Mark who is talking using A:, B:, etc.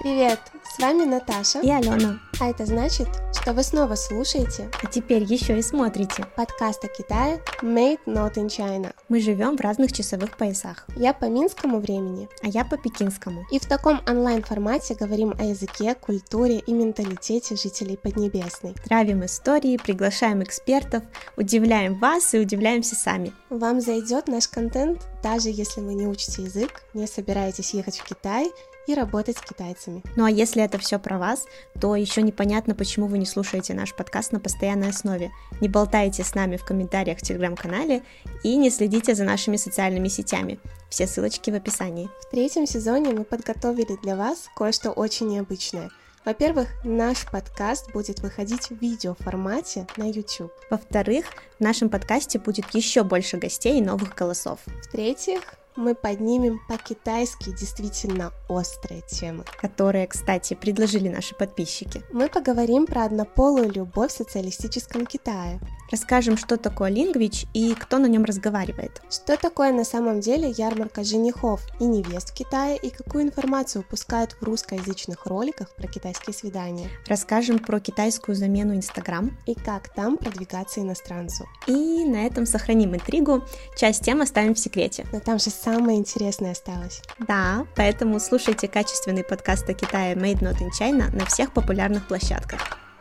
A: Привет! С вами Наташа.
B: и Алена.
A: А это значит, что вы снова слушаете
B: А теперь еще и смотрите.
A: подкаст о Китае Made Not in China.
B: Мы живем в разных часовых поясах,
A: Я по минскому времени.
B: а я по пекинскому.
A: И в таком онлайн-формате говорим о языке, культуре и менталитете жителей Поднебесной.
B: Травим истории, приглашаем экспертов, удивляем вас и удивляемся сами.
A: Вам зайдет наш контент, даже если вы не учите язык, не собираетесь ехать в Китай и работать с китайцами.
B: Ну а если это все про вас, то еще непонятно, почему вы не слушаете наш подкаст на постоянной основе, не болтаете с нами в комментариях в Телеграм-канале и не следите за нашими социальными сетями. Все ссылочки в описании.
A: В третьем сезоне мы подготовили для вас кое-что очень необычное. Во-первых, наш подкаст будет выходить в видеоформате на YouTube.
B: Во-вторых, в нашем подкасте будет еще больше гостей и новых голосов.
A: В-третьих, мы поднимем по-китайски действительно острые темы.
B: которые, кстати, предложили наши подписчики.
A: Мы поговорим про однополую любовь в социалистическом Китае.
B: Расскажем, что такое лингвич и кто на нем разговаривает.
A: Что такое на самом деле ярмарка женихов и невест в Китае и какую информацию пускают в русскоязычных роликах про китайские свидания
B: Расскажем про китайскую замену Инстаграм.
A: и как там продвигаться иностранцу.
B: И на этом сохраним интригу. Часть тем оставим в секрете.
A: Но там же самое интересное осталось.
B: Да, поэтому слушайте качественный подкаст о Китае Made Not in China на всех популярных площадках.